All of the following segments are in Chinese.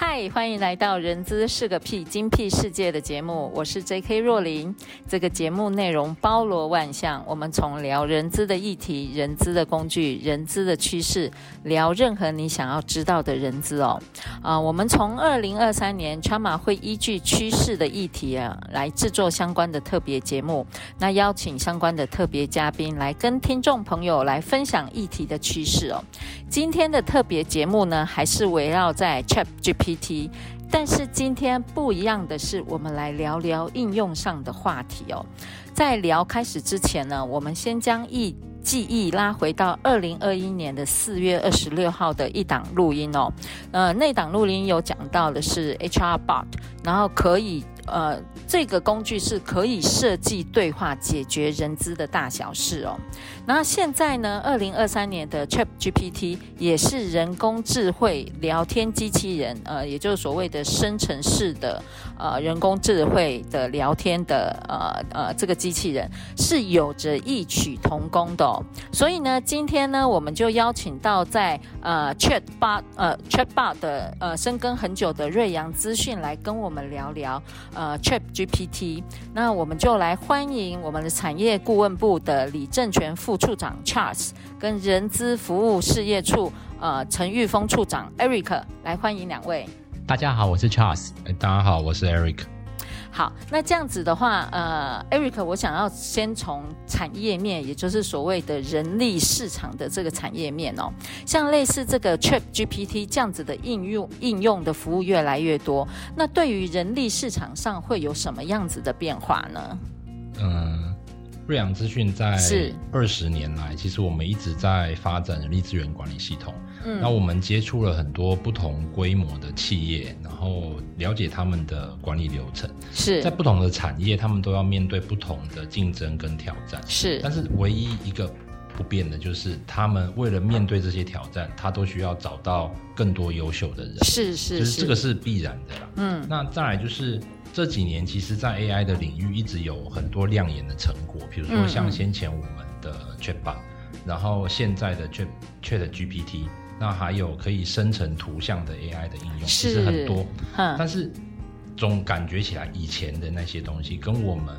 嗨，欢迎来到《人资是个屁精屁世界》的节目，我是 J.K. 若琳。这个节目内容包罗万象，我们从聊人资的议题、人资的工具、人资的趋势，聊任何你想要知道的人资哦。啊、我们从二零二三年 c h a m a 会依据趋势的议题啊，来制作相关的特别节目，那邀请相关的特别嘉宾来跟听众朋友来分享议题的趋势哦。今天的特别节目呢，还是围绕在 Chat GPT，但是今天不一样的是，我们来聊聊应用上的话题哦。在聊开始之前呢，我们先将忆记忆拉回到二零二一年的四月二十六号的一档录音哦。呃，那档录音有讲到的是 HR Bot，然后可以呃，这个工具是可以设计对话解决人资的大小事哦。那现在呢，二零二三年的 Chat GPT 也是人工智慧聊天机器人，呃，也就是所谓的生成式的呃人工智慧的聊天的呃呃这个机器人是有着异曲同工的、哦。所以呢，今天呢，我们就邀请到在呃 Chatbot 呃 Chatbot 的呃深耕很久的瑞阳资讯来跟我们聊聊呃 Chat GPT。那我们就来欢迎我们的产业顾问部的李正全副处长 Charles 跟人资服务事业处呃陈玉峰处长 Eric 来欢迎两位。大家好，我是 Charles。哎，大家好，我是 Eric。好，那这样子的话，呃，Eric，我想要先从产业面，也就是所谓的人力市场的这个产业面哦，像类似这个 Chat GPT 这样子的应用应用的服务越来越多，那对于人力市场上会有什么样子的变化呢？嗯，瑞阳资讯在是二十年来，其实我们一直在发展人力资源管理系统。嗯那我们接触了很多不同规模的企业，然后了解他们的管理流程。是在不同的产业，他们都要面对不同的竞争跟挑战。是但是唯一一个不变的就是，他们为了面对这些挑战，他都需要找到更多优秀的人。是就是是这个是必然的啦。嗯那再来就是这几年，其实，在 AI 的领域一直有很多亮眼的成果，比如嗯说嗯像先前我们的 Chatbot，、然后现在的 Chat Chat GPT，那还有可以生成图像的 AI 的应用，其实很多。哼但是总感觉起来，以前的那些东西跟我们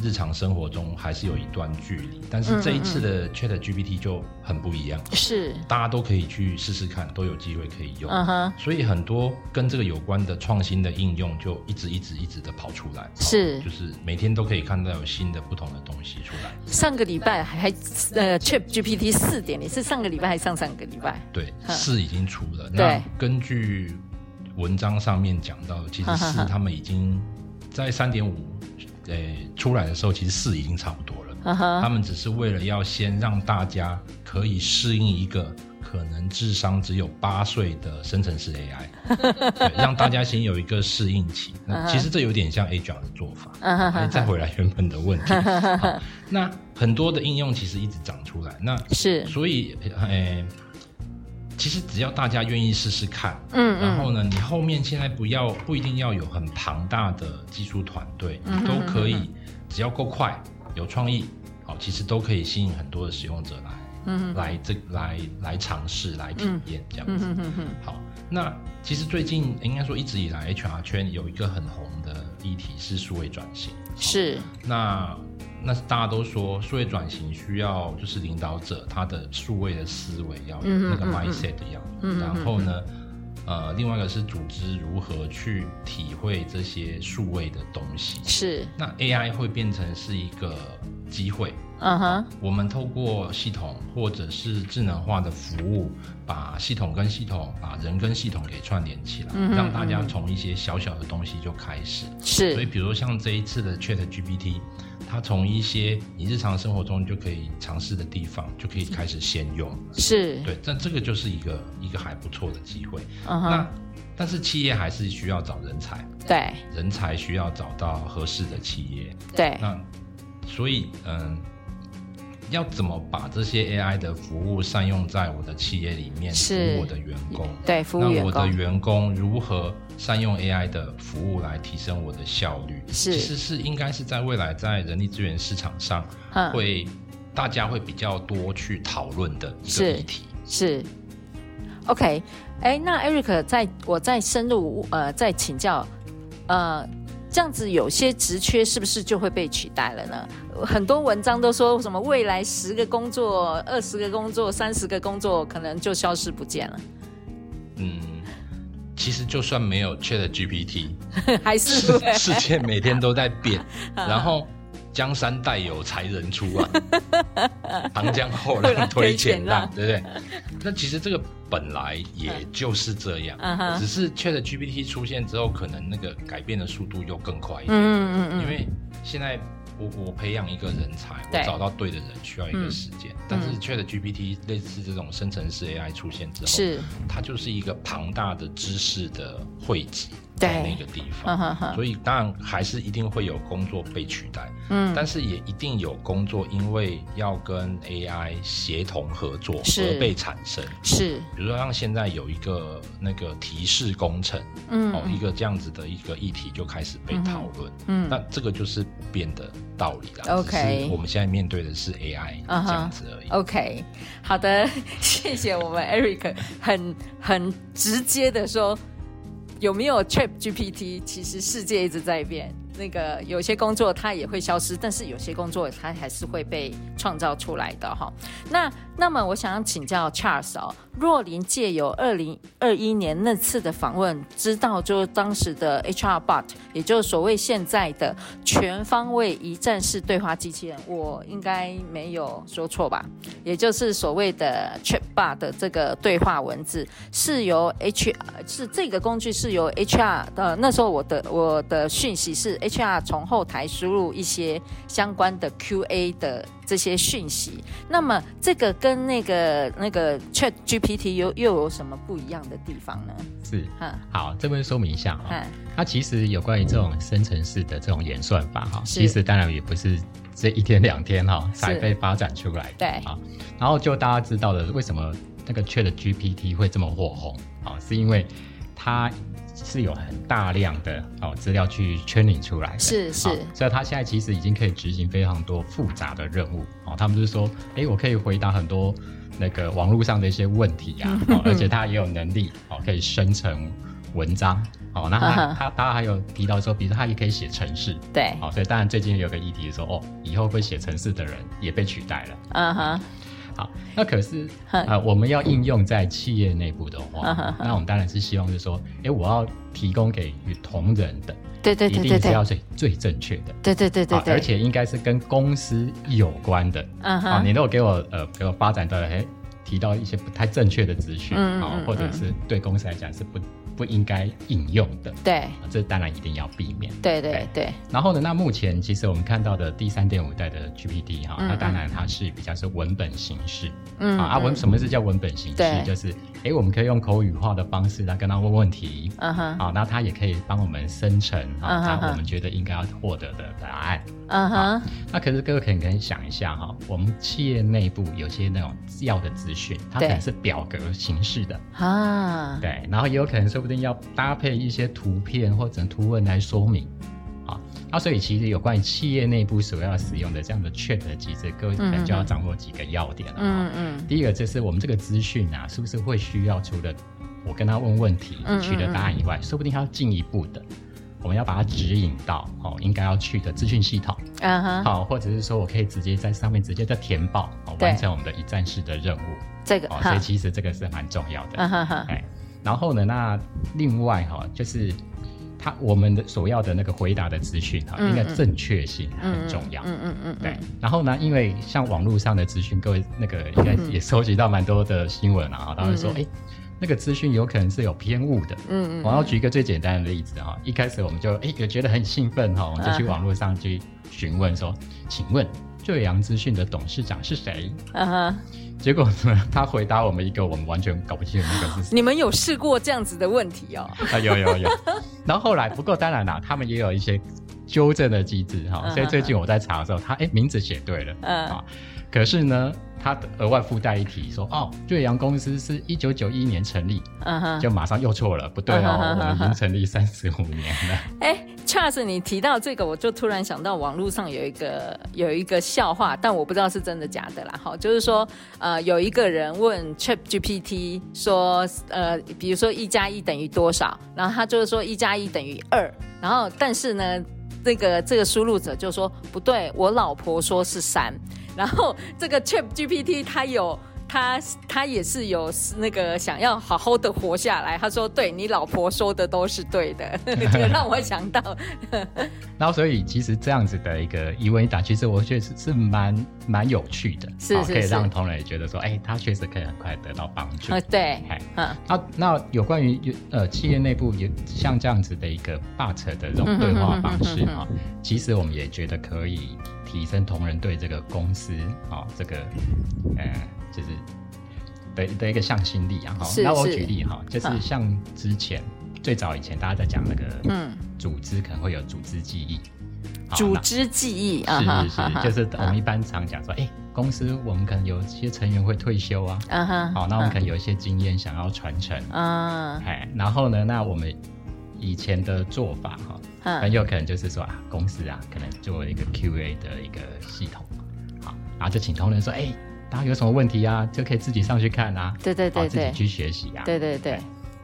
日常生活中还是有一段距离。但嗯嗯是这一嗯次的 Chat GPT 就很不一样，是大家都可以去试试看，都有机会可以用。嗯哼所以很多跟这个有关的创新的应用，就一直一直一直的跑出来，是哦就是每天都可以看到有新的不同的东西出来。上个礼拜还呃 Chat GPT 四点零是上个礼拜还是上上个礼拜？对，嗯四已经出了。对那根据文章上面讲到，其实嗯嗯 四嗯他们已经在三点五，呃，出来的时候，其实四已经差不多了。嗯哼他们只是为了要先让大家可以适应一个可能智商只有八岁的生成式 AI，对 让大家先有一个适应期。那其实这有点像 HR 的做法。嗯哼哎哼再哼，回来原本的问 题，好那很多的应用其实一直长出来。那是所以，诶、其实只要大家愿意试试看，嗯然后呢，你后面现在不要不一定要有很庞大的技术团队，嗯哼都可以嗯，只要够快、有创意，好，其实都可以吸引很多的使用者来、嗯来这来来尝试、来体验、这样嗯子。哼哼哼，好，那其实最近应该说一直以来，HR 圈有一个很红的议题是数位转型。是那那大家都说数位转型需要就是领导者他的数位的思维要有嗯嗯那个嗯嗯 mindset 要有，嗯嗯嗯然后呢，呃，另外一个是组织如何去体会这些数位的东西。是，那 AI 会变成是一个机会，嗯哼，我们透过系统或者是智能化的服务，把系统跟系统、把人跟系统给串联起来，嗯哼让大家嗯哼从一些小小的东西就开始。所以，是比如像这一次的 Chat GPT，它从一些你日常生活中就可以尝试的地方，就可以开始先用。是，对，但这个就是一个一个还不错的机会。嗯哼，那但是企业还是需要找人才，对人才需要找到合适的企业。对，那所以，嗯，要怎么把这些 AI 的服务善用在我的企业里面，服是务我的员工？对服务那员我的工员工如何善用 AI 的服务来提升我的效率？是其实是应该是在未来在人力资源市场上嗯会、大家会比较多去讨论的一个是议题。是，OK，哎，那 Eric 在我再深入呃再请教，呃，这样子有些职缺是不是就会被取代了呢？很多文章都说什么未来十个工作、二十个工作、三十个工作可能就消失不见了， 嗯，其实就算没有 Chat GPT，还是会世界每天都在 变，嗯然后江山代有才人出 啊，长江后浪推前浪，对不对？那其实这个本来也就是这样，嗯哼只是 Chat GPT 出现之后，可能那个改变的速度又更快一点，嗯嗯因嗯为现在。我我培养一个人才，对我找到对的人需要一个嗯时间，但是 Chat GPT 类似这种生成式 AI 出现之后，嗯，是，它就是一个庞大的知识的汇集在对那个地方。嗯哼哼，所以当然还是一定会有工作被取代，嗯但是也一定有工作因为要跟 AI 协同合作是而被产生。嗯是，比如说，像现在有一个那个提示工程，嗯哦，一个这样子的一个议题就开始被讨论。嗯那这个就是不变的道理啦。 OK 只是我们现在面对的是 AI 嗯哼这样子而已。 OK，好的， 谢谢我们 Eric 很很直接的说，有没有 Chat GPT？其实世界一直在变，那个有些工作它也会消失，但是有些工作它还是会被创造出来的哈。那那么我想要请教 Charles 哦，若琳借由二零二一年那次的访问，知道就是当时的 HR Bot，也就是所谓现在的全方位一站式对话机器人，我应该没有说错吧？也就是所谓的 Chatbot 的这个对话文字，是由 HR 是这个工具是由 HR 呃那时候我的我的讯息是 HR 从后台输入一些相关的 QA 的这些讯息，那么这个跟那个那个 Chat GPT 又又有什么不一样的地方呢？是哈，好，这边说明一下啊哈、哈，它其实有关于这种生成式的这种演算法哈、是其实当然也不是这一天两天哈、是才被发展出来的。对啊，然后就大家知道的，为什么那个 Chat GPT 会这么火红啊？是因为它是有很大量的哦资料去 training 出来的。是是好所以它现在其实已经可以执行非常多复杂的任务哦。他们就是说，哎，我可以回答很多那个网络上的一些问题啊，嗯哦、而且它也有能力哦，可以生成文章哦。那嗯哼它它它还有提到说，比如说它也可以写程式。哦对，好、所以当然最近有个议题说，哦，以后会写程式的人也被取代了。嗯哼，好，那可是哼呃，我们要应用在企业内部的嗯哼话，那我们当然是希望是说，哎，我要提供给与同仁的，对对一对定对是要对，最最正确的。对对对对好啊而对，且应该是跟公司有关的。嗯啊，你哼，如果给我呃给我发展到哎提到一些不太正确的资讯，嗯嗯啊嗯或者嗯是对公司来讲是不不应该引用的，对啊这当然一定要避免。对对对，然后呢，那目前其实我们看到的第三点五代的 GPT 哈、嗯啊那当嗯然它是比较是文本形式、嗯啊啊文嗯什么是叫文本形式对？就是哎我们可以用口语化的方式来跟他问问题。嗯哼，啊，那它也可以帮我们生成嗯哼啊，哼它我们觉得应该要获得的答案。嗯哼，那可是各位可以可以想一下哈、我们企业内部有些那种资料的资讯，它对可能是表格形式的，啊，对，然后也有可能说不定要搭配一些图片或者图文来说明。好，那所以其实有关于企业内部所要使用的这样的 Chat 的机制，各位可能就要掌握几个要点了、嗯嗯嗯，第一个就是我们这个资讯啊，是不是会需要除了我跟他问问题嗯嗯取得答案以外，说不定还要进一步的，我们要把它指引到哦应该要去的资讯系统。嗯哼，好，或者是说我可以直接在上面直接在填报，哦、对完成我们的一站式的任务，这个哦，哈所以，其实这个是蛮重要的。嗯哼哼，哎，然后呢，那另外哈、就是他我们的所要的那个回答的资讯哈，嗯应该正确性很嗯重要。嗯嗯嗯，嗯对，，然后呢，因为像网络上的资讯，各位那个应该也收集到蛮多的新闻啊，他会说，嗯哎、嗯那那个资讯有可能是有偏误的。嗯我要举一个最简单的例子哈，一开始我们就哎、也觉得很兴奋哈，我们就去嗯网络上去询问说，请问浙阳资讯的董事长是谁？嗯哼，结果呢，他回答我们一个我们完全搞不清楚那个 是谁。你们有试过这样子的问题哦？啊，有有有。然后后来，不过当然啦，他们也有一些纠正的机制哈，嗯所以最近我在查的时候，他哎、名字写对了，嗯啊，可是呢，他额外附带一题说，哦，瑞阳公司是一九九一年成立，嗯哼，就马上又错了，不对嗯哦哼，我们已经成立三十五年了。哎，Charles，你提到这个，我就突然想到网络上有一个有一个笑话，但我不知道是真的假的啦。好，就是说，呃，有一个人问 Chat GPT 说，呃，比如说一加一等于多少，然后他就是说一加一等于二，然后但是呢，这个这个输入者就说不对，我老婆说是三，然后这个 Chat GPT 它有。他他也是有那个想要好好的活下来。他说：“对你老婆说的都是对的。” 就让我想到，然后，所以其实这样子的一个一问一答，其实我觉得是是蛮蛮有趣的，是好是可以是让同仁也觉得说，哎、他确实可以很快得到帮助。呃，对，哎嗯那那有关于有呃企业内部有像这样子的一个 but 的这种嗯哼对话哼方哼式哼啊，其实我们也觉得可以提升同仁对这个公司啊这个呃就是的的一个向心力啊。哈是那我是举例哈，就是嗯像之前最早以前大家在讲那个嗯，组织可能会有组织记忆，好组那织记忆啊，哈是是是，就是我们一般常讲说，哎、公司我们可能有一些成员会退休啊，嗯哼，好，那我们可能有一些经验想要传承，嗯哎，然后呢，那我们以前的做法哈，很嗯有可能就是说啊，公司啊，可能做一个 QA 的一个系统，好，然后就请同仁说，哎、大家有什么问题啊，就可以自己上去看啊，对对好对自己对，去学习啊，对对对，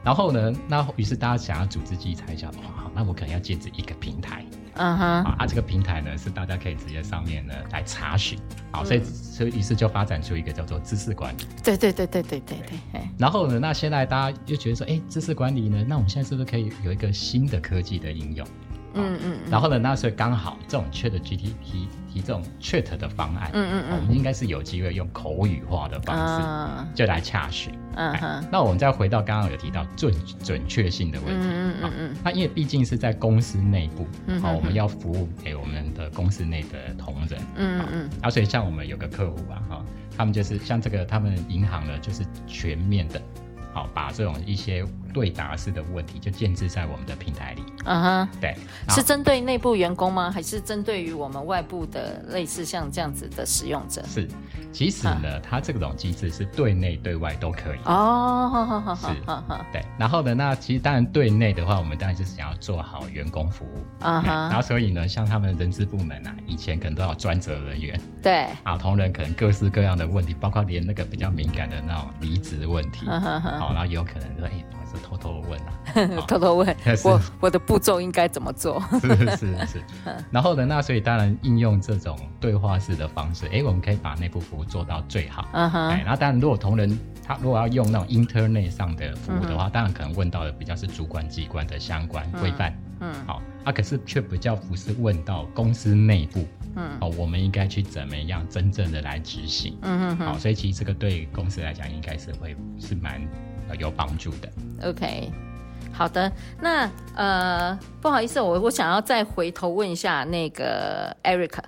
然后呢，那于是大家想要组织记忆才想，哇，好，那我可能要建置一个平台。嗯哼，啊，啊这个平台呢是大家可以直接上面呢来查询，好，所以所以于是就发展出一个叫做知识管理。嗯对对对对对对对，哎然后呢，那现在大家又觉得说，哎、知识管理呢，那我们现在是不是可以有一个新的科技的应用？嗯嗯嗯然后呢，那所以刚好这种 Chat GPT 提这种 Chat 的方案，嗯我嗯们应该是有机会用口语化的嗯，方式、啊，就来洽询。嗯哎哼，那我们再回到刚刚有提到准准确性的问嗯题，嗯嗯啊嗯那因为毕竟是在公司内部，嗯好、哼我们要服务给我们的公司内的同仁，嗯嗯啊，所以像我们有个客户啊，哈、他们就是像这个，他们银行呢，就是全面的，好、把这种一些对答式的问题就建置在我们的平台里，嗯哼，对，然是后针对内部员工吗？还是针对于我们外部的类似像这样子的使用者？是，其实呢，它这种机制是对内对外都可以。哦，好好好好好好，对，然后呢？那其实当然对内的话，我们当然就是想要做好员工服务。嗯哎然哼，后所以呢，像他们人资部门啊，以前可能都有专责人员对，啊，同仁可能各式各样的问题，包括连那个比较敏感的那种离职问题，好、嗯哼哼。然后也有可能说，哎、我是偷偷问啊， 偷偷问 是我我的步骤应该怎么做？是是是。嗯然后呢，那所以当然应用这种对话式的方式，哎、我们可以把内部服务做到最好。嗯哎，哼，那当然，如果同仁他如果要用那种 internet 上的服务的话，当然可能问到的比较是主管机关的相关规范，嗯嗯好、啊，可是却比较不是问到公司内部，嗯好、我们应该去怎么样真正的来执行，嗯好、哼所以其实这个对公司来讲应该是会是蛮呃有帮助的。 ，OK，好的。那呃，不好意思，我我想要再回头问一下那个 Eric，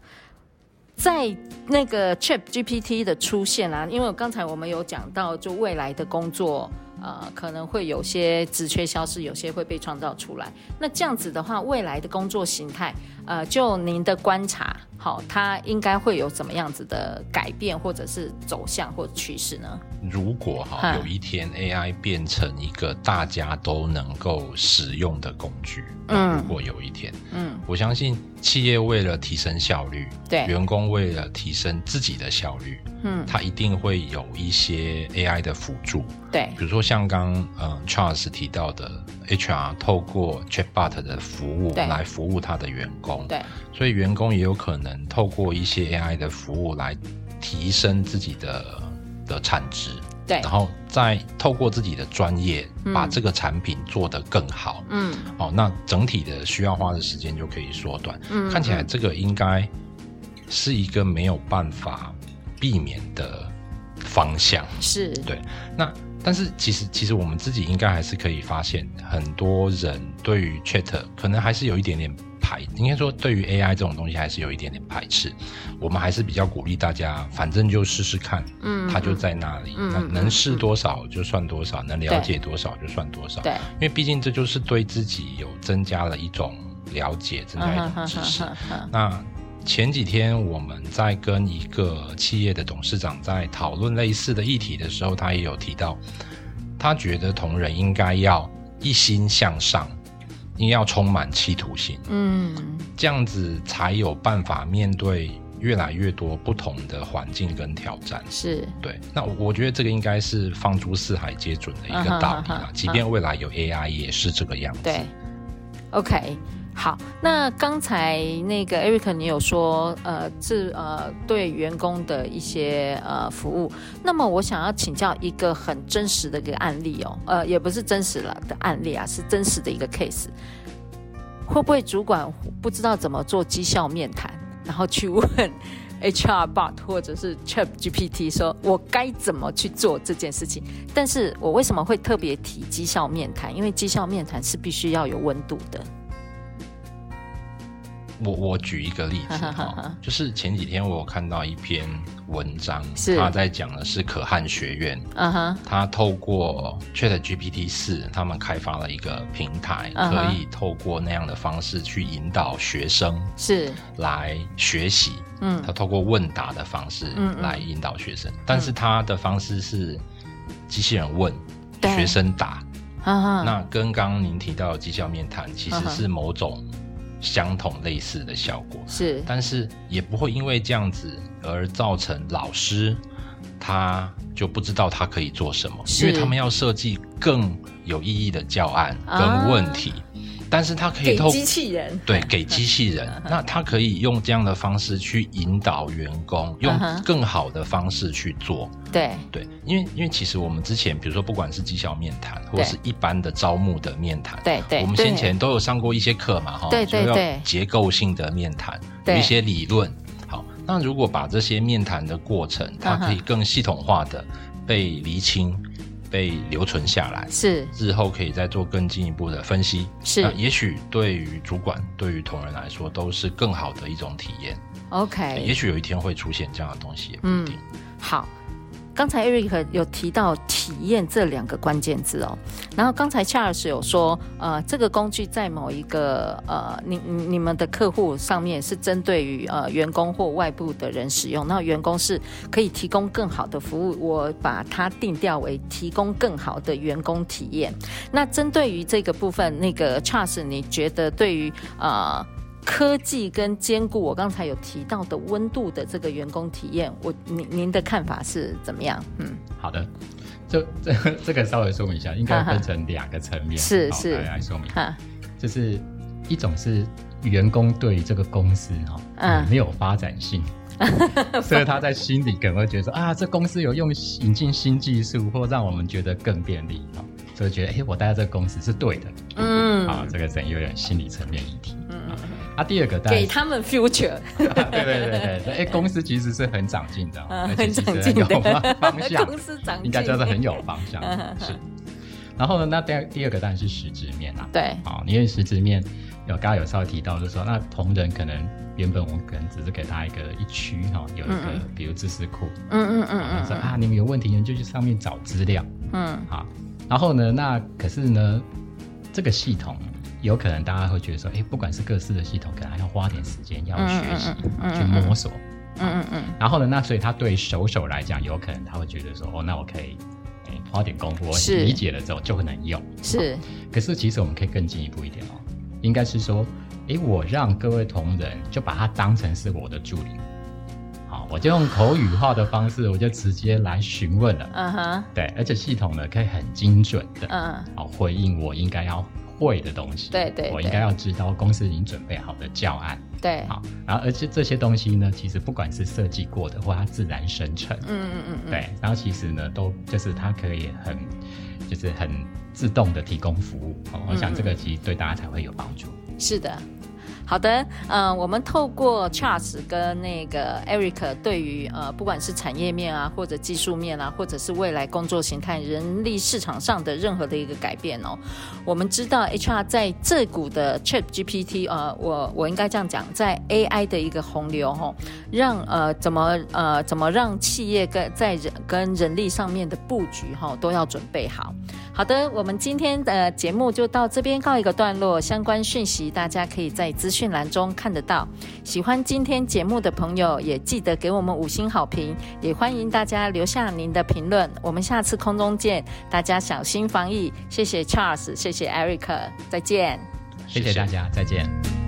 在那个 Chat GPT 的出现啊，因为我刚才我们有讲到，就未来的工作。呃，可能会有些职缺消失，有些会被创造出来。那这样子的话，未来的工作形态，呃，就您的观察，好，它应该会有怎么样子的改变，或者是走向或趋势呢？如果哈嗯有一天 AI 变成一个大家都能够使用的工具，嗯嗯，如果有一天，嗯，我相信企业为了提升效率，对，员工为了提升自己的效率，嗯，它一定会有一些 AI 的辅助，对，比如说像刚嗯 Charles 提到的 HR 透过 Chatbot 的服务对来服务他的员工，对，所以员工也有可能透过一些 AI 的服务来提升自己的的产值，对，然后再透过自己的专业嗯把这个产品做得更好。嗯哦，那整体的需要花的时间就可以缩短。嗯，看起来嗯这个应该是一个没有办法避免的方向。是，对那但是其实其实我们自己应该还是可以发现，很多人对于 Chat 可能还是有一点点排，应该说对于 AI 这种东西还是有一点点排斥。我们还是比较鼓励大家，反正就试试看，嗯它就在那里，嗯那嗯嗯能试多少就算多少，能了解多少就算多少。对，因为毕竟这就是对自己有增加了一种了解，增加一种嗯知识。那前几天我们在跟一个企业的董事长在讨论类似的议题的时候，他也有提到，他觉得同仁应该要一心向上，应该要充满企图心，嗯这样子才有办法面对越来越多不同的环境跟挑战。是对，那我我觉得这个应该是放诸四海皆准的一个道嗯理哼嗯啦哼。即便未来有 AI，也是这个样子。对，OK。好，那刚才那个 Eric，你有说呃，这呃对员工的一些呃服务，那么我想要请教一个很真实的一个案例哦，呃，也不是真实了的案例啊，是真实的一个 case。会不会主管不知道怎么做绩效面谈，然后去问 HR bot 或者是 Chat GPT 说，我该怎么去做这件事情？但是我为什么会特别提绩效面谈？因为绩效面谈是必须要有温度的。我我举一个例子 哈，就是前几天我有看到一篇文章，是他在讲的是可汗学院，嗯哼，他透过 Chat GPT 四，他们开发了一个平台，嗯哼可以透过那样的方式去引导学生是，来学习。嗯他透过问答的方式嗯嗯来引导学生，但是他的方式是机器人问，对学生答。嗯哼，那跟刚刚您提到的绩效面谈其嗯实哼是某种相同类似的效果。是，但是也不会因为这样子而造成老师他就不知道他可以做什么，是因为他们要设计更有意义的教案啊跟问题，但是他可以给透机器人，嗯对给机器人，那他可以用这样的方式去引导员工，用嗯哼更好的方式去做。对，对，因为因为其实我们之前，比如说不管是绩效面谈，或对者是一般的招募的面谈，对对我们对先前都有上过一些课嘛，哈，对对就对要结构性的面谈，有对一些理论。好，那如果把这些面谈的过程，它嗯哼可以更系统化的被厘清、被留存下来，是日后可以再做更进一步的分析。是那也许对于主管、对于同仁来说，都是更好的一种体验。 ，OK，也许有一天会出现这样的东西，也不一嗯定。好，刚才 Eric 有提到体验这两个关键字哦，然后刚才 Charles 有说，呃，这个工具在某一个呃，你你你们的客户上面是针对于呃员工或外部的人使用，那员工是可以提供更好的服务，我把它定调为提供更好的员工体验。那针对于这个部分，那个 Charles，你觉得对于呃？科技跟兼顾我刚才有提到的温度的这个员工体验，我您您的看法是怎么样？嗯，好的，就 这这个稍微说明一下，应该哈哈分成两个层面，是好是来来说明，哈，就是一种是员工对于这个公司哈、嗯有没有发 展性。所以他在心里可能会觉得说啊，这公司有用引进新技术，或让我们觉得更便利啊、哦，所以觉得哎、诶我待在这个公司是对的。嗯啊，这个等于有点心理层面议题。嗯，啊，第二个当然给是他们 future， 对对对对，哎，公司其实是很长进的哦，嗯而且很其实长进的有啊 方向，公司长进应该叫做很有方向嗯嗯嗯是。然后呢，那第二第二个当然是实质面啦。对，好，因为实质面有刚刚有稍微提到，就是说那同仁可能原本我们可能只是给他一个一区哈，有一嗯个比如知识库，嗯嗯啊嗯说嗯啊你们有问题你们就去上面找资料嗯，啊。然后呢，那可是呢，这个系统有可能大家会觉得说，哎，不管是各式的系统，可能还要花点时间要嗯学习嗯嗯嗯去摸索。嗯嗯嗯，然后呢，那所以他对手手来讲，有可能他会觉得说，哦，那我可以，诶花点功夫，我是理解了之后就能用。是可是其实我们可以更进一步一点哦，应该是说，诶，我让各位同仁就把它当成是我的助理，好，我就用口语化的方式，我就直接来询问了。嗯哼，对，而且系统呢可以很精准的，嗯好回应我应该要会的东西。对对我对应该要知道公司已经准备好的教案。对，好，然后而且这些东西呢，其实不管是设计过的，或它自然生成，嗯嗯嗯嗯，对，然后其实呢，都就是它可以很，就是很嗯自动的提供服务。哦、我想这个其实对大家才会有帮助。是的。好的，呃，我们透过 Charles 跟那个 Eric 对于呃，不管是产业面啊，或者技术面啊，或者是未来工作形态、人力市场上的任何的一个改变哦，我们知道 HR 在这股的 Chat GPT，呃，我我应该这样讲，在 AI 的一个洪流吼、哦，让呃怎么呃怎么让企业跟在人跟人力上面的布局哈、哦、都要准备好。好的，我们今天的节目就到这边告一个段落。相关讯息大家可以在资讯栏中看得到。喜欢今天节目的朋友也记得给我们五星好评，也欢迎大家留下您的评论。我们下次空中见，大家小心防疫。谢谢 Charles，谢谢 Eric，再见。谢谢大家，再见。